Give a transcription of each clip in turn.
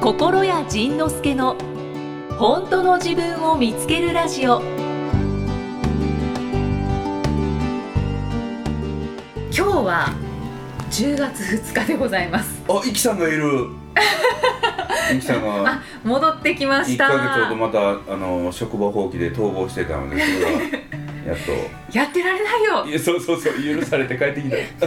心谷仁之助の本当の自分を見つけるラジオ今日は10月2日でございますあ、イキさん がいる。イキさんがあ戻ってきま一したヶ月ほどまたあの職場放棄で逃亡してたので、それがやっやってられないと。よ いや、そうそうそう、許されて帰ってき た。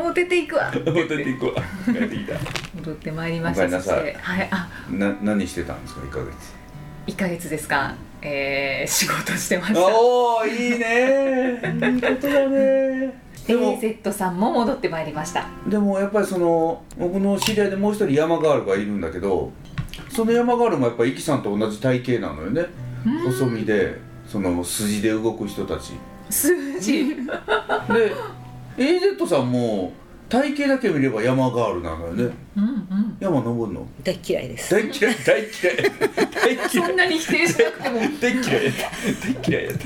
もう出ていくわ戻っていくわ。帰ってきた。戻ってまいりましおたかえりなそさいしてはいあな、何してたんですか、一ヶ月。 1ヶ月ですかえー、仕事してましたおお、いいね。いいこと だね。でも、 AZ さんも戻ってまいりましたでもやっぱりその僕の知り合いでもう一人山ガールがいるんだけど、その山ガールもやっぱイキさんと同じ体型なのよね。細身で、その筋で動く人たち。数 字で AZ さんも体型だけ見れば山ガールなのよねうんうん山登るの大嫌いです。大嫌い大嫌い大そ嫌んいなに否定しなくても大嫌い大嫌いやっ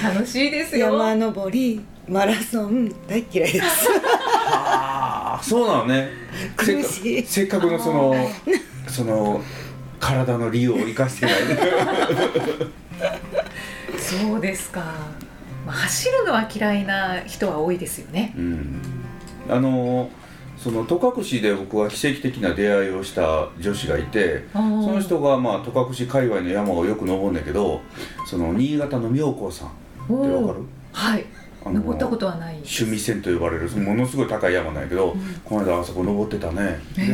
た楽しいですよ山登り、マラソン、大嫌 いです。ああそうなのね苦しいせっかせっかくのそのその体の理由を生かしてないねそうですか、まあ、走るのは嫌いな人は多いですよねうんあのその戸隠で僕は奇跡的な出会いをした女子がいてそその人がまあ戸隠界隈の山をよく登るんだけどその新潟の妙高さんってわかるはいあの登ったことはない趣味線と呼ばれるものすごい高い山なんやけど、この間あそこ登ってたねへでそ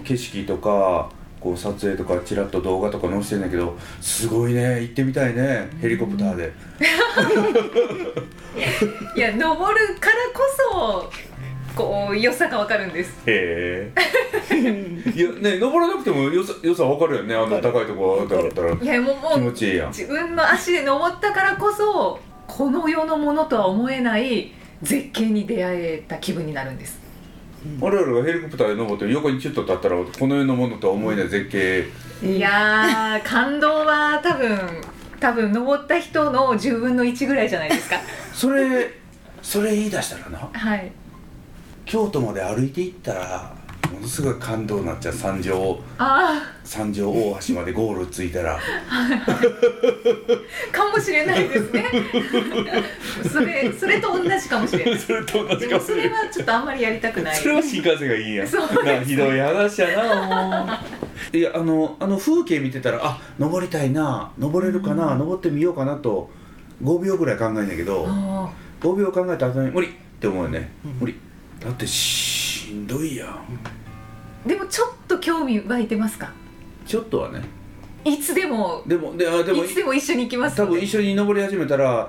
え景色とかこう撮影とかちらっと動画とか載せてんだけどすごいね行ってみたいねヘリコプターで、いや登るからこそこう良さがわかるんですへえいやね登らなくてもよさよさ分かるよねあんな高いとこだったらいやもう気も持うちいいやん自分の足で登ったからこそこの世のものとは思えない絶景に出会えた気分になるんです我々がヘリコプターで登って横にキュッと立ったらこの世のものとは思えない絶景いやー感動は多分多分登った人の10分の1ぐらいじゃないですかそれそれ言い出したらな はい京都まで歩いていったらものすごい感動になっちゃう山上あ三条大橋までゴールついたらあかもしれないです ねそれそれと同じかもしれない それと同でもそれはちょっとあんまりやりたくないそれは新幹線がいいやんそうなひどい話やなもういやあのあの風景見てたらあ登りたいな登れるかな、登ってみようかなと5秒ぐらい考えんだけど、あ5秒考えた後に無理って思うよね、うん無理だってしんどいやんーでもちょっと興味湧いてますかちょっとはねいつでもでもであでもいつでも一緒に行きます多の分で一緒に登り始めたら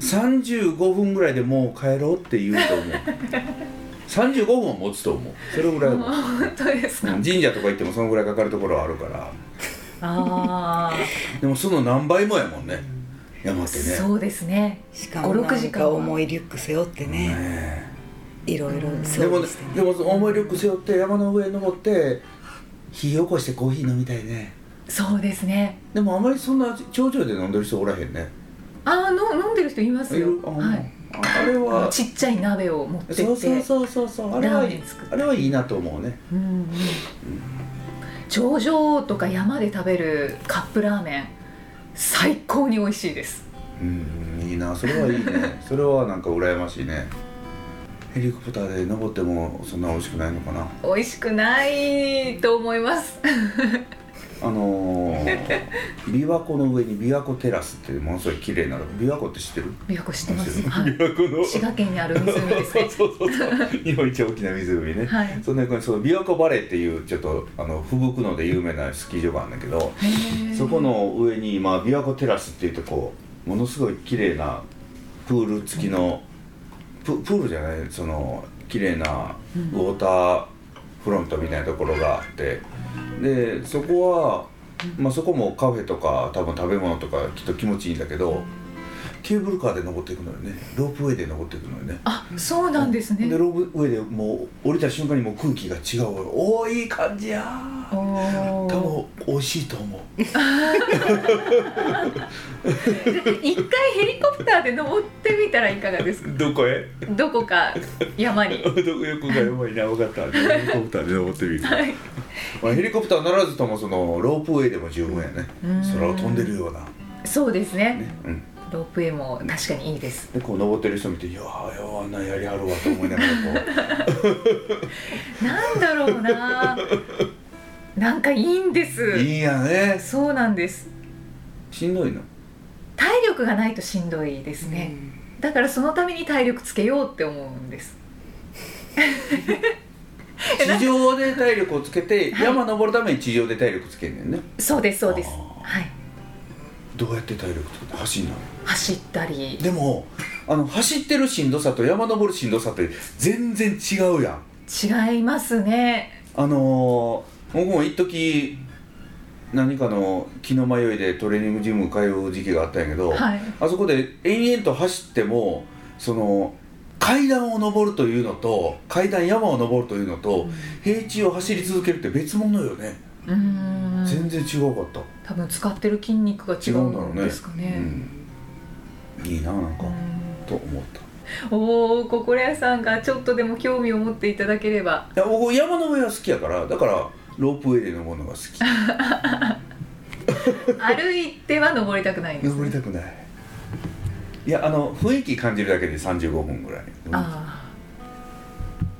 35分ぐらいでもう帰ろうって言う と思う35分は持つと思うそれぐらいは持つ本当ですか、うん神社とか行ってもそのぐらいかかるところはあるからああ、でもその何倍もやもんね山ってねそうですねしかも5-6なん時間はか重いリュック背負ってね、ねいろいろえ装でも備ねしでてね。もその重いリュック背負って山の上登って火起こしてコーヒー飲みたいねそうですねでもあまりそんな頂上で飲んでる人おらへんねああ飲んでる人いますいよるあ,、はいあれはちっちゃい鍋を持ってってそうそうそうそうそうあれラはーメン作ってあれはいいなと思うねうんうん頂上とか山で食べるカップラーメン最高に美味しいですうんいいなそれはい いねそれはなんか羨ましいねヘリコプターで登ってもそんな美味しくないのかな美味しくないと思いますあの ー、琵琶湖の上に琵琶湖テラスっていうものすごい綺麗なの琵琶湖って知ってる琵琶湖知ってます、知ってるはい、琶湖の滋賀県にある湖ですね そうそうそう日本一大きな湖ね、はいその横にその琵琶湖バレーっていうちょっとあの吹雪くので有名なスキー場があるんだけどへーそこの上に、まあ、琵琶湖テラスっていうとこうものすごい綺麗なプール付きの、ププールじゃないその綺麗なウうんォーターフロントみたいなところがあってでそこは、まあ、そこもカフェとか多分食べ物とかきっと気持ちいいんだけどケーブルカーで登っていくのよねロープウェイで登っていくのよねあそうなんですねでロープウェイでもう降りた瞬間にもう空気が違うおーいい感じやーおー多分美味しいと思う一回ヘリコプターで登ってみたらいかがですかどこへどこか山にどこよくがやばいな分かったヘリコプターで登ってみる、はいまあ、ヘリコプターならずともそのロープウェイでも十分やねうん空を飛んでるような、ねそうですねうん、ロープウェイも確かにいいですでこう登ってる人見て「いやーよーあんなんやりはるわ」と思いながらこうなんだろうななんかいいんですいいやねそうなんですしんどいの体力がないとしんどいですね、だからそのために体力つけようって思うんです地上で体力をつけて山登るために地上で体力つけんねんねそうですそうですあーはいどうやって体力つけて走んの走ったりでもあの走ってるしんどさと山登るしんどさって全然違うやん違いますねあのー僕も一時何かの気の迷いでトレーニングジム通う時期があったんやけど、はいあそこで延々と走ってもその階段を登るというのと階段山を登るというのと、平地を走り続けるって別物よね、うーん全然違うかった多分使ってる筋肉が違うんですかねうん、いいななんか、うんと思ったおお心屋さんがちょっとでも興味を持っていただけれ ばいや僕山の上は好きやからだからロープウェイで登るのが好き歩いては登りたくないんです、登りね、たくないいやあの雰囲気感じるだけで35分ぐらい、あ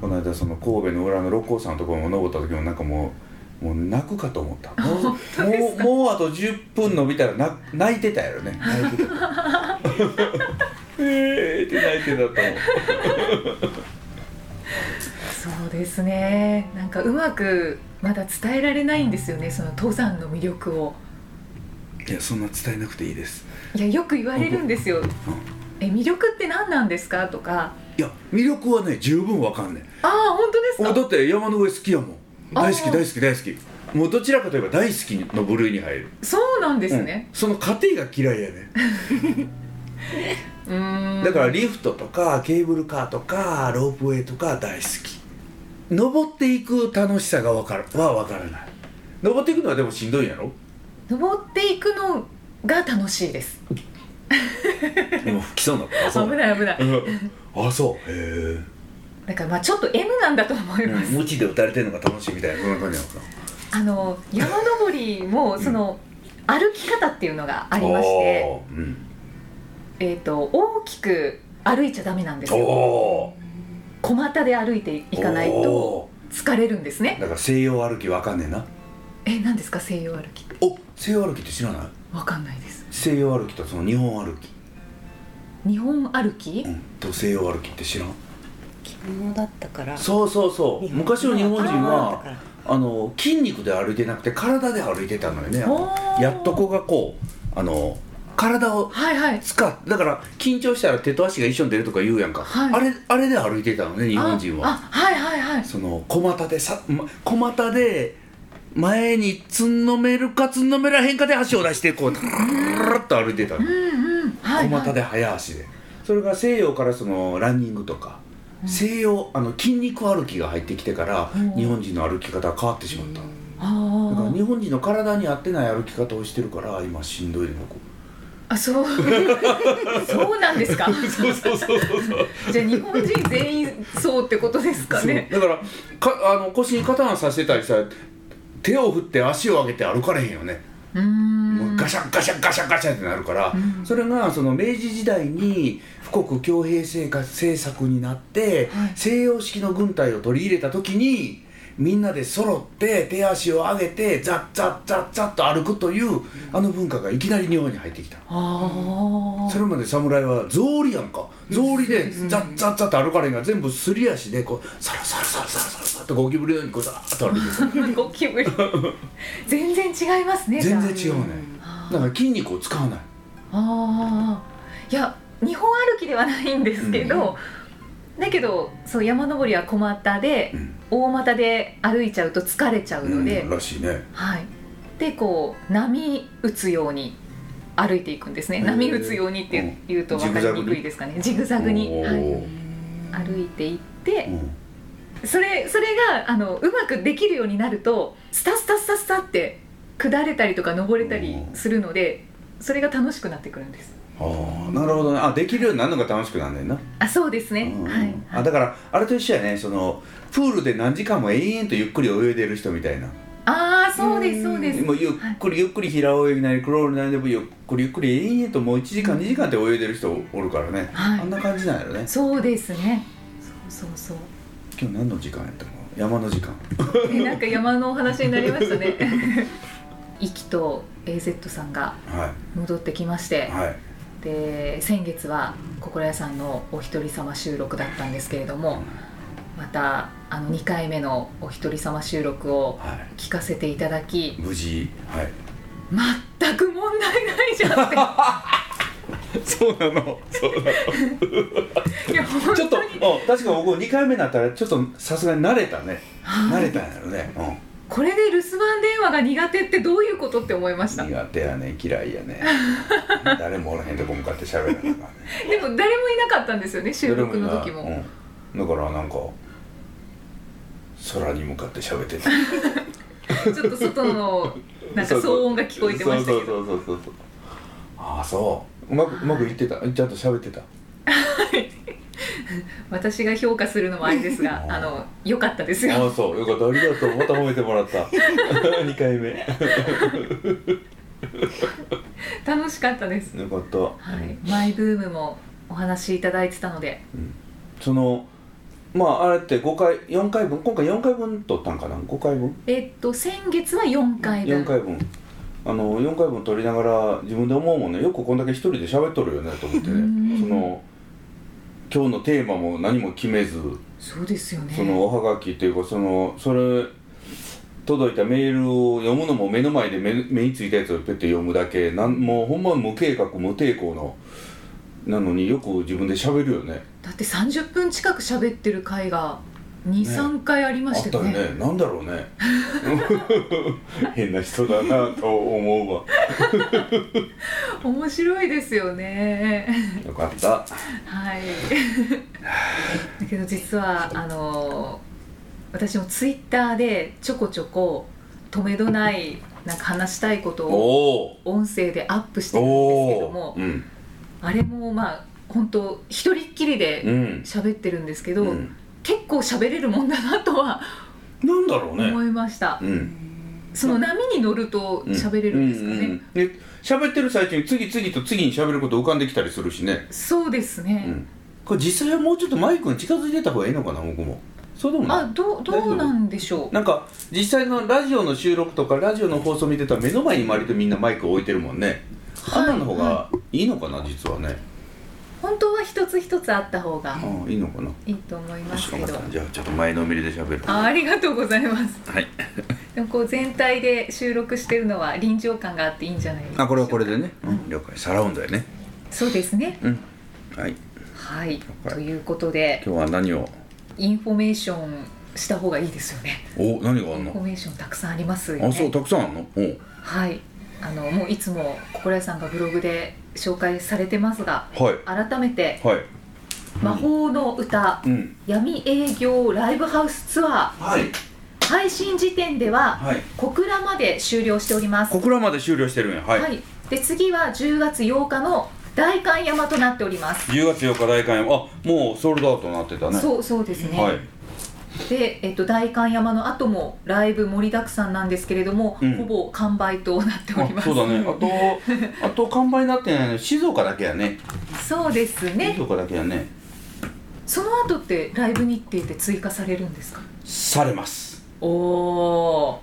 この間その神戸の裏の六甲山のところも登った時もなんかもうもう泣くかと思ったもうもうもうあと10分伸びたらな泣いてたや ろね泣いてたえーって泣いてたと思うあそうですねなんかうまくまだ伝えられないんですよねその登山の魅力をいやそんな伝えなくていいですいやよく言われるんですよ「え魅力って何なんですか?」とかいや魅力はね十分わかんねん「ああ本当です俺か?だって山の上好きやもんあー大好き大好き大好きもうどちらかといえば大好きの部類に入る」そうなんですね、うんその過程が嫌いやねうーんだからリフトとかケーブルカーとかロープウェイとか大好き登っていく楽しさがわかるは分からない登っていくのはでもしんどいんやろ登っていくのが楽しいですでも吹きそうになった あ危ない危ないうんあそうへだからまあちょっと M なんだと思いえます、無知で打たれてるのが楽しいみたいなそんな感じなのかあの山登りもその歩き方っていうのがありまして、あーうん、えー、と大きく歩いちゃダメなんですおよお小股で歩いていかないと疲れるんですねだから西洋歩きわかんねえなえ何ですか西洋歩きお西洋歩きって知らないわかんないです西洋歩きとその日本歩き、日本歩きうん、と西洋歩きって知らん着物だったからそうそうそう昔の日本人あはーあの筋肉で歩いてなくて体で歩いてたのよねあのおーやっとこがこうあの体をはいはい使っだから緊張したら手と足が一緒に出るとか言うやんか、はいあれあれで歩いてたのね日本人ああははいはいはいその小股でさ、ま小股で前につんのめるかつんのめらへんかで足を出してこうトゥルルルッと歩いてたのうんうんはい、小は股い、で早足でそれが西洋からそのランニングとか、西洋あの筋肉歩きが入ってきてから、うん日本人の歩き方が変わってしまった、あだからー日本人の体に合ってない歩き方をしてるから今しんどいの僕あそう そうなんです かそうそうそうそうそうじゃあ日本人全員そうってことですかねだからかあの腰に刀さしてたりさ手を振って足を上げて歩かれへんよね、うーんもうガシャンガシャンガシャンガシャンってなるから、うんそれがその明治時代に富国強兵政策政策になって、はい西洋式の軍隊を取り入れた時にみんなで揃って手足を上げてザッザッザッザッと歩くというあの文化がいきなり日本に入ってきたあそれまで侍は草履やんか草履でザッザッザッと歩かれんが全部すり足でこうサラサラサラサラサラサラってゴキブリのようにこうザーッと歩いてるあゴキブリ全然違いますね全じゃ然違うねあだから筋肉を使わないあーいや日本歩きではないんですけど、だけどそう山登りは小股で、うん大股で歩いちゃうと疲れちゃうので、らしいねはい、でこう波打つように歩いていくんですねへー波打つようにって言う言うと分かりにくいですかねジグザグに、おはい、ー歩いていってうんそれそれがあのうまくできるようになるとスタスタスタスタって下れたりとか登れたりするのでそれが楽しくなってくるんですああなるほどねあできるようになるのが楽しくなんねんな、あそうですねうんはいあだからあれと一緒やねそのプールで何時間も延々とゆっくり泳いでる人みたいなああそうですそうですもうゆっくりゆっくり平泳ぎなりクロールなりでもゆっくりゆっくり延々ともう1時間2時間って泳いでる人おるからね、はいあんな感じなんやろねそうですねそうそう今日何の時間やったの山の時間そうでなんか山のお話になりましたね イキと AZ さんがは戻ってきましいてはいで先月は心屋さんのお一人様収録だったんですけれどもまたあの2回目のお一人様収録をは聞かせていただきい無事はい全く問題ないじゃんっ そうなのそうなのていや本ちょっと当にうん確か僕2回目になったらちょっとさすがに慣れたねは慣いれたんやろね、うんこれで留守番電話が苦手ってどういうことって思いましたでも苦手やね嫌いや ね誰もおらへんとこ向かって喋らなあかんね誰もいなかったんですよね 収録の時もどれなうん、だからなんか空に向かって喋ってたちょっと外の なんかそうそう騒音が聞こえてましたけどそうそうそうそうそうああそううまくうまくいってたちゃんと喋ってた私が評価するのもあれですが うんあの良かったですあよあそうよかったありがとうまた褒めてもらった 二回目よ楽しかったです、かった、はい、マイブームもお話しいただいてたのでそのまああれって五回四回分今回四回分取ったんかな五回分えっと先月は4回分4回分あの4回分撮りながら自分で思うもんねよくこんだけ一人で喋っとるよねと思ってうんねその今日のテーマも何も決めずそうですよねそのおはがきっていうかそのそれ届いたメールを読むのも目の前で目目についたやつをペッて読むだけなんもうほんま無計画無抵抗のなのによく自分で喋るよねだって30分近く喋ってる回がね23、回ありあまっしたたよよねねなんだろうね 変な人だなと思うわ面白いですよねよかった はいだけど実はあの私もツイッターでちょこちょこ止めどないなんか話したいことをおお音声でアップしてるんですけどおもお、うんあれもまあ本当一人っきりうでん喋ってるんですけうど、ん、結構喋れるもんだなとはなんだろうね思いました、ううんんその波に乗ると喋れるんですかね、ううんうんで喋ってる最中に次々と次に喋ること浮かんできたりするしね、そうですね、うん、これ実際はもうちょっとマイクに近づいてた方がいいのかな僕もそうでもなあいどうどうなんでしょうなんか実際のラジオの収録とかラジオの放送見てたら目の前に割とみんなマイク置いてるもんね、はいあんなの方がいいのかな実はね、本当は一つ一つあった方がああいいのかないいと思いますけよしどわかったじゃあちょっと前のめりで喋るあありがとうございますはいでもこう全体で収録してるのは臨場感があっていいんじゃないですかあこれはこれでね、うん、了解サラウンドやねそうですねうんはいはい了解ということで今日は何をインフォメーションした方がいいですよねお何があイんンフォのメーションたくさんありますよねあそうたくさんあんのおうはいあのもういつも心屋さんがブログで紹介されてますがはい改めてはい「魔法の歌うん闇営業ライブハウスツアー」はい配信時点でははい小倉まで終了しております小倉まで終了してるんやはい、はいで次は10月8日の代官山となっております、 10月4日大会あもうソールドアウトになってたねそうそうですね、はいで、えっと、代官山の後もライブ盛りだくさんなんですけれども、うんほぼ完売となっておりまあすそうだねあとあと完売になってないの静岡だけやねそうですね静岡だけやねその後ってライブ日程って追加されるんですかされますおお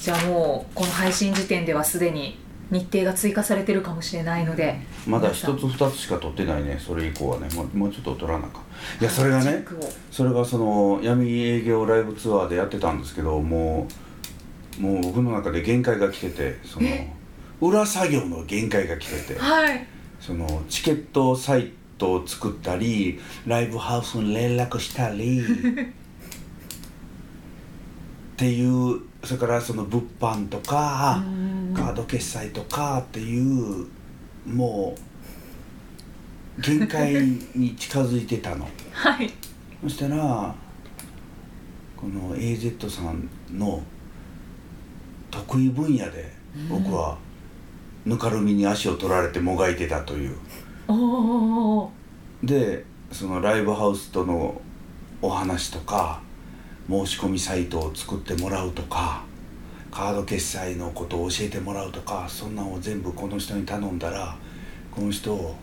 じゃあもうこの配信時点ではすでに日程が追加されてるかもしれないのでまだ一つ二つしか取ってないねそれ以降はねもうもうちょっと取らなあかんいやそれがチェッねクをそれがその闇営業ライブツアーでやってたんですけどもうもう僕の中で限界が来ててそのえ裏作業の限界が来ててはいそのチケットサイトを作ったりライブハウスに連絡したりっていうそれからその物販とかうんカード決済とかっていうもう限界に近づいてたのはいそしたらこの AZ さんの得意分野で僕はぬかるみに足を取られてもがいてたというおおでそのライブハウスとのお話とか申し込みサイトを作ってもらうとかカード決済のことを教えてもらうとかそんなんを全部この人に頼んだらこの人を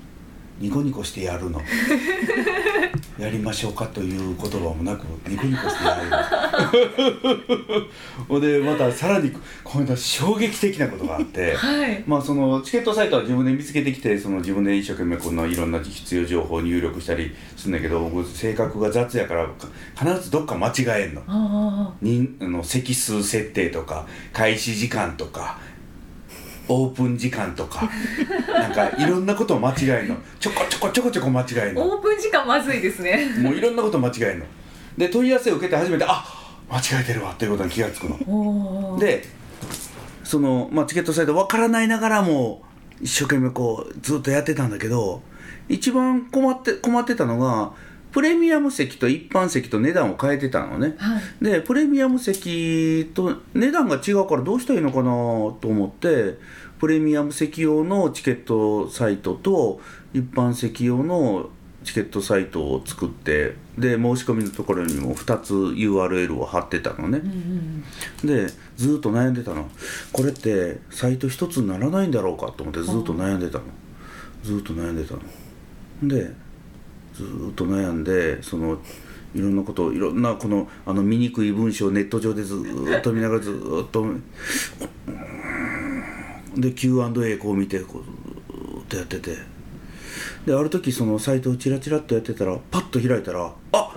ニコニコしてやるの やりましょうかという言葉もなくニコニコしてやるのほんでまたさらにこの間衝撃的なことがあってはいまあ、そのチケットサイトは自分で見つけてきてその自分で一生懸命このいろんな必要情報を入力したりするんだけど僕性格が雑やからか必ずどっか間違えんのあにあの席数設定とか開始時間とかオープン時間と かなんかいろんなことを間違えんのちょこちょこちょこちょこ間違えんーのオープン時間まずいですねもういろんなこと間違えんので問い合わせを受けて初めてあ間違えてるわということに気が付くのおーでその、まあ、チケットサイト分からないながらも一生懸命こうずっとやってたんだけど一番困って困ってたのがプレミアム席と一般席と値段を変えてたのねはいでプレミアム席と値段が違うからどうしたらいいのかなと思ってプレミアム席用のチケットサイトと一般席用のチケットサイトを作ってで申し込みのところにも2つ URL を貼ってたのね、うんうんでずーっと悩んでたのこれってサイト一つにならないんだろうかと思ってずーっと悩んでたのずーっと悩んでたのでずーっと悩んでそのいろんなことをいろんなこのあの醜い文章をネット上でずーっと見ながらずーっとうーんで Q&A こう見てこうずーっとやっててである時そのサイトをチラチラっとやってたらパッと開いたらあ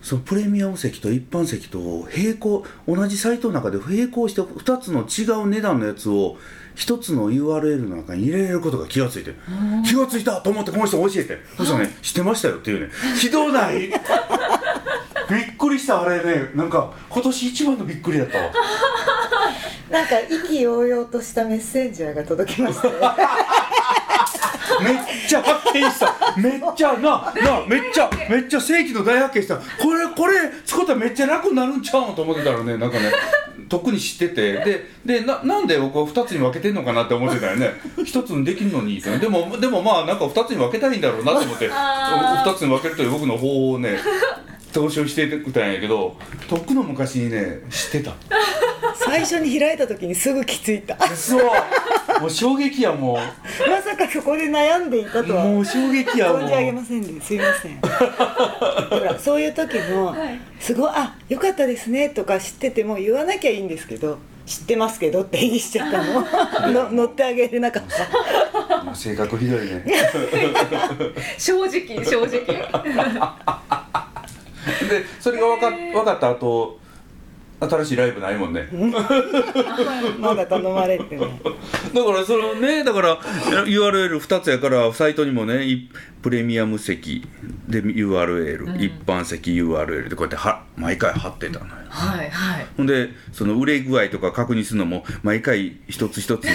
そのプレミアム席と一般席と並行同じサイトの中で並行して2つの違う値段のやつを1つの URL の中に入れれることが気がついて気がついたと思ってこの人教えてそしたらね「知ってましたよ」っていうねひどないびっくりしたあれねなんか今年一番のびっくりだったわなんか意気揚々としたメッセンジャーが届きま したねめっちゃ発見しためっちゃななめっちゃめっちゃ世紀の大発見したこれこれ使ったらめっちゃ楽になるんちゃうんと思ってたらねなんかね特に知っててででななんで僕は2つに分けてんのかなって思ってたよね1つにできるのにってでもでもまあなんか2つに分けたいんだろうなと思ってあー2つに分けるという僕の方法をね投資をしてたんやけどとっくの昔にね知ってた最初に開いた時にすぐ気づいたまそうもう衝撃やもうさかそこで悩んでいたとはもう衝撃やもう存じ上げませんですいま せんほらそういう時も、はいすごい「あよかったですね」とか知ってても言わなきゃいいんですけど「知ってますけど」って言いしち ゃったのの乗ってあげれなかったもう性格ひどいね正直正直 でそれが分か分かった後新しいライブないもんねまだ頼まれ てないだからそのねだから URL2 つやからサイトにもねいプレミアム席で URL、うん一般席 URL でこうやっては毎回貼ってたのよはいはいほんでその売れ具合とか確認するのも毎回一つ一つの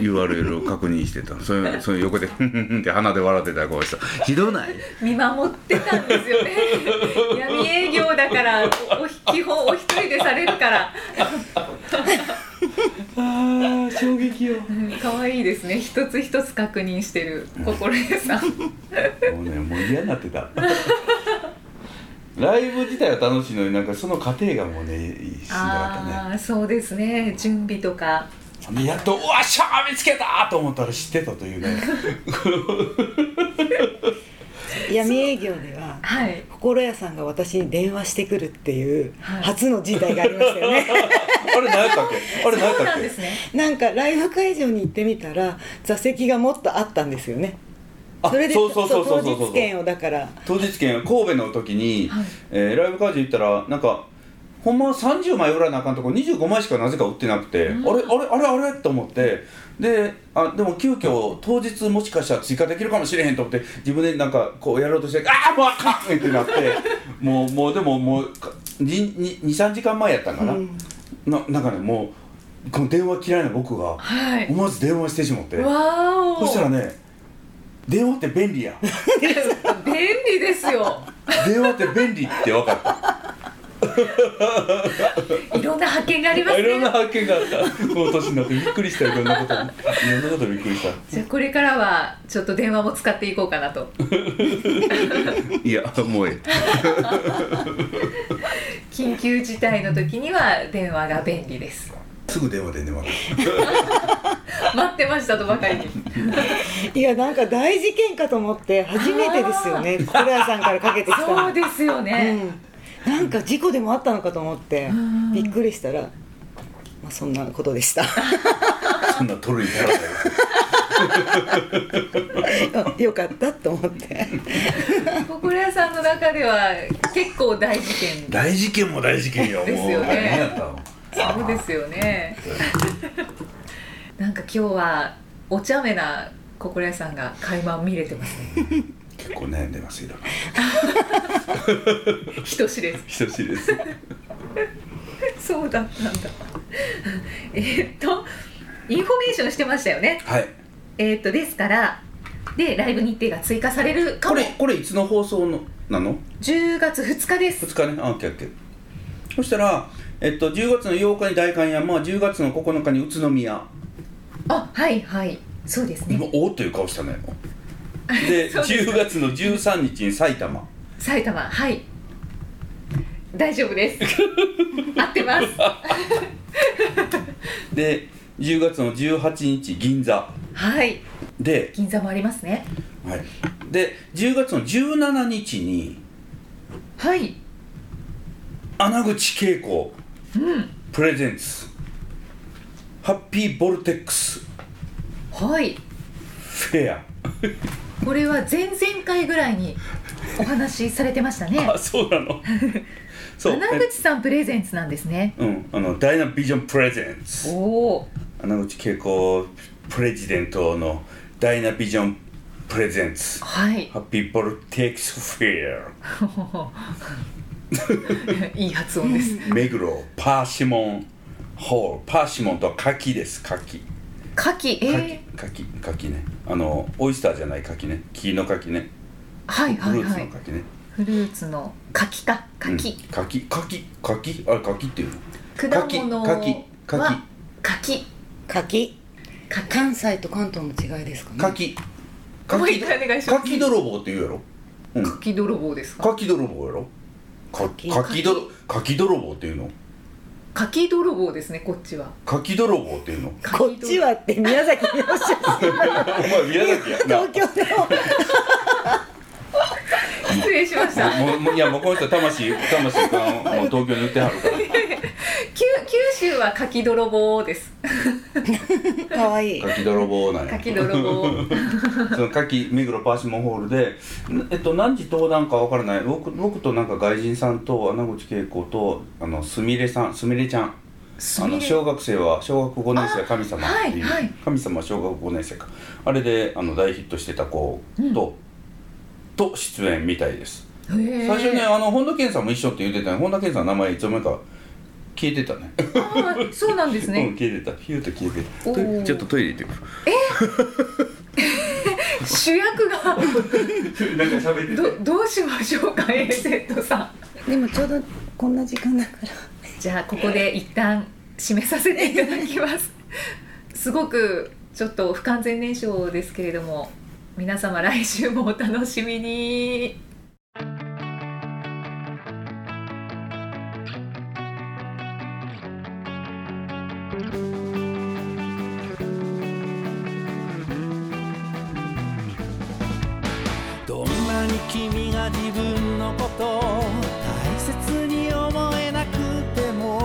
URL を確認してたそれそれ横でフンフンフンって鼻で笑ってたこうしたひどない見守ってたんです よね闇営業だからおお基本お一人でされるからあ衝撃ようん 可愛いですね一つ一つ確認してる心得さんもうねもう嫌になってたライブ自体は楽しいのになんかその過程がもうねいいしんどあかあーそうですね準備とかったねでやっと「うわっしゃー見つけた!」と思ったら知ってたというね闇営業でははい心屋さんが私に電話してくるっていうはい初の事態がありましたよね あれ何やったっけあれ何やっそうたっなんけですねなんかライブ会場に行ってみたら座席がもっとあったんですよねあそれでそうそうそうそうそう当日券をだから当日券神戸の時に、はいえーライブ会場行ったらなんかほんまは30枚売らなあかんとこ25枚しかなぜか売ってなくて、うんあれあれあれあれと思ってであでも急遽当日もしかしたら追加できるかもしれへんと思って自分でなんかこうやろうとしてああもうあかんってなって もうもうでももう23時間前やったんかな、うんななんかねもうこの電話嫌いな僕がはい思わず電話してしまってわおそしたらね電話って便利や便利ですよ電話って便利って分かったいろんな発見がありますいろんなね発見があったこの年になってびっくりしたいろんなことにいろんなことびっくりしたじゃあこれからはちょっと電話も使っていこうかなといやもうえ緊急事態の時には電話が便利ですえすぐ電話でねまた待ってましたとばかりにいやなんか大事件かと思って初めてですよ ね黒谷さんからかけてきたのそうですよね、うん、なんか事故でもあったのかと思ってうんびっくりしたら、まあ、そんなことでしたそんな取るにならないよかったと思って心屋さんの中では結構大事件大事件も大事件よもうですよね何やったのそうですよね なんか今日はお茶目な心屋さんが垣間見れて ますね結構悩んでますいろいろ人知れず 久しぶりですそうだ ったんだ。えっと、インフォメーションしてましたよね。はいえっと、ですから、で、ライブ日程が追加されるかこも。れこれいつの放送のなの10月2日です。 2日ねあオッケーオッケーそしたら、えっと、10月の8日に代官山10月の9日に宇都宮あ、はいはい。そうです今ね。おおっという顔した ねでそうです10月の13日に埼玉埼玉、はい。大丈夫 です。合ってます。で10月の18日銀座はい。で,、銀座もありますね。はい、で10月の17日にはい。穴口恵子うん。プレゼンツハッピーボルテックスはい。フェアこれは前々回ぐらいにお話しされてましたね。あそう なのそう穴口さんプレゼンツなんですね。えうんあのダイナビジョンプレゼンツおお。穴口恵子プレジデントのダイナビジョンプレゼンツはい。ハッピーボルテックスフェ いい発音です。ア目黒パーシモンホールパーシモンとは柿です柿牡蠣、柿え柿柿ねあのオイスターじゃない柿ね木の柿ねー、はいフはいルーツはのい。柿ね、フルーツの柿か、うん柿、柿柿柿あれ柿っていうの果物は柿柿柿、柿柿。関西と関東の違いですかね柿もう一回お願いします柿泥棒って言うやろ、うん、柿泥棒ですか。柿泥棒やろか柿柿泥柿泥棒っていうの柿泥棒ですね、こっちは。柿泥棒ってい うの柿こ泥っちはって宮崎の出身お前宮崎やな東京の失礼しました。もうもういやもうこの人魂 魂がもう東京に売ってはるから九九州は柿泥棒です。可愛い柿泥棒なんや柿泥棒。その柿目黒パーシモンホールで、んえっと、何時登壇かわからない僕僕となんか外人さんと穴口恵子とあのすみれさんすみれちゃん あの小学生は小学5年生は神様っていう、あはいはい神様は小学5年生かあれであの大ヒットしてた子と、うんと出演みたいです最最初ねあの本田健さんも一緒って言ってたのに本田健さんの名前いつの間にか消えてたねそうなんですうねん。消えてたヒューと消えておたートイレちょっとトイレ行ってく主役がる なんか喋ってどどうしましょうか、エセットさん。でもちょうどこんな時間だからじゃあここで一旦締めさせていただきます。すごくちょっと不完全燃焼ですけれども、皆様来週もお楽しみに。どんなに君が自分のことを大切に思えなくても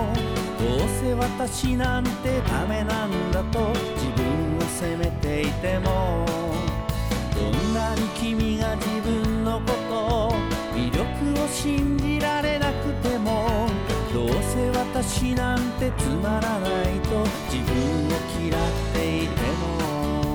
どうせ私なんてダメなんだと自分を責めていてもどんなに君が自分のことを魅力を信じられなくてもどうせ私なんてつまらないと自分を嫌っていても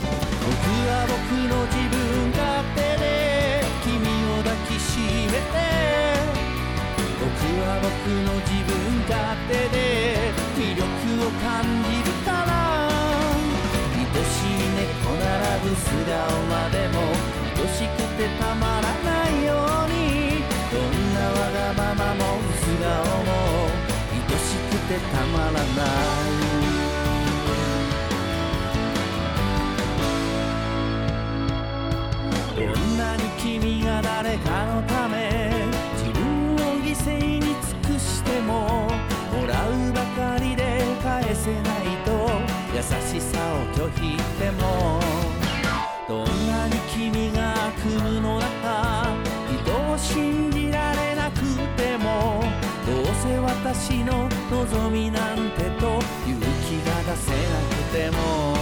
僕は僕の自分勝手で君を抱きしめて僕は僕の自分勝手で魅力を感じるから愛しい猫並ぶ素顔までも愛しくてたまらないようにどんなわがまてたまらないどんなに君が誰かのため自分を犠牲に尽くしてももらうばかりで返せないと優しさを拒否してもどんなに君が悪夢の中人を信じられなくてもどうせ私の望みなんてと勇気が出せなくても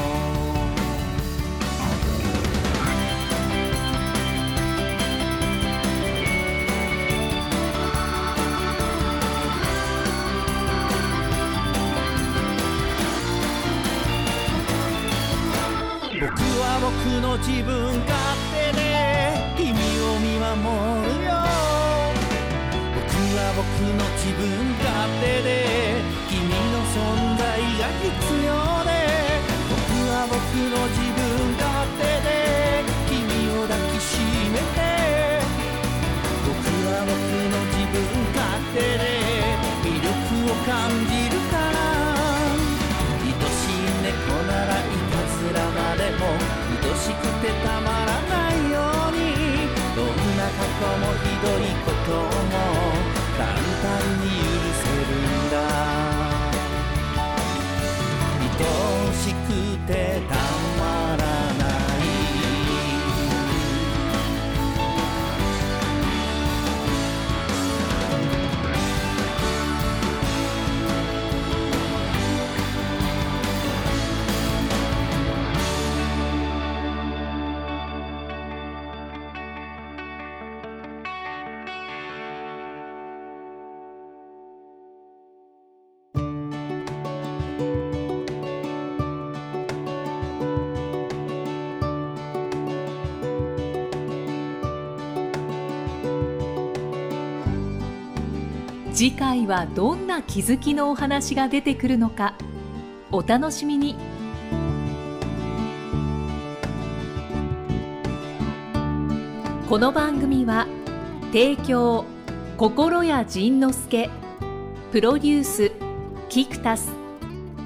僕は僕の自分勝手で君を見守るよ僕は僕の自分勝手で君の存在が必要で僕は僕の自分勝手で君を抱きしめて僕は僕の自分勝手で魅力を感じるから愛しい猫ならいたずらまでも愛しくてたまらないようにどんな過去もひどいことも簡単に許せるんだ愛しくてたまらない次回はどんな気づきのお話が出てくるのかお楽しみにこの番組は提供心谷仁之助プロデュースキクタス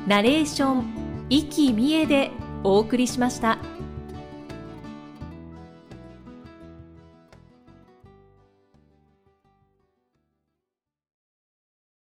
ナレーション生きみえでお送りしました。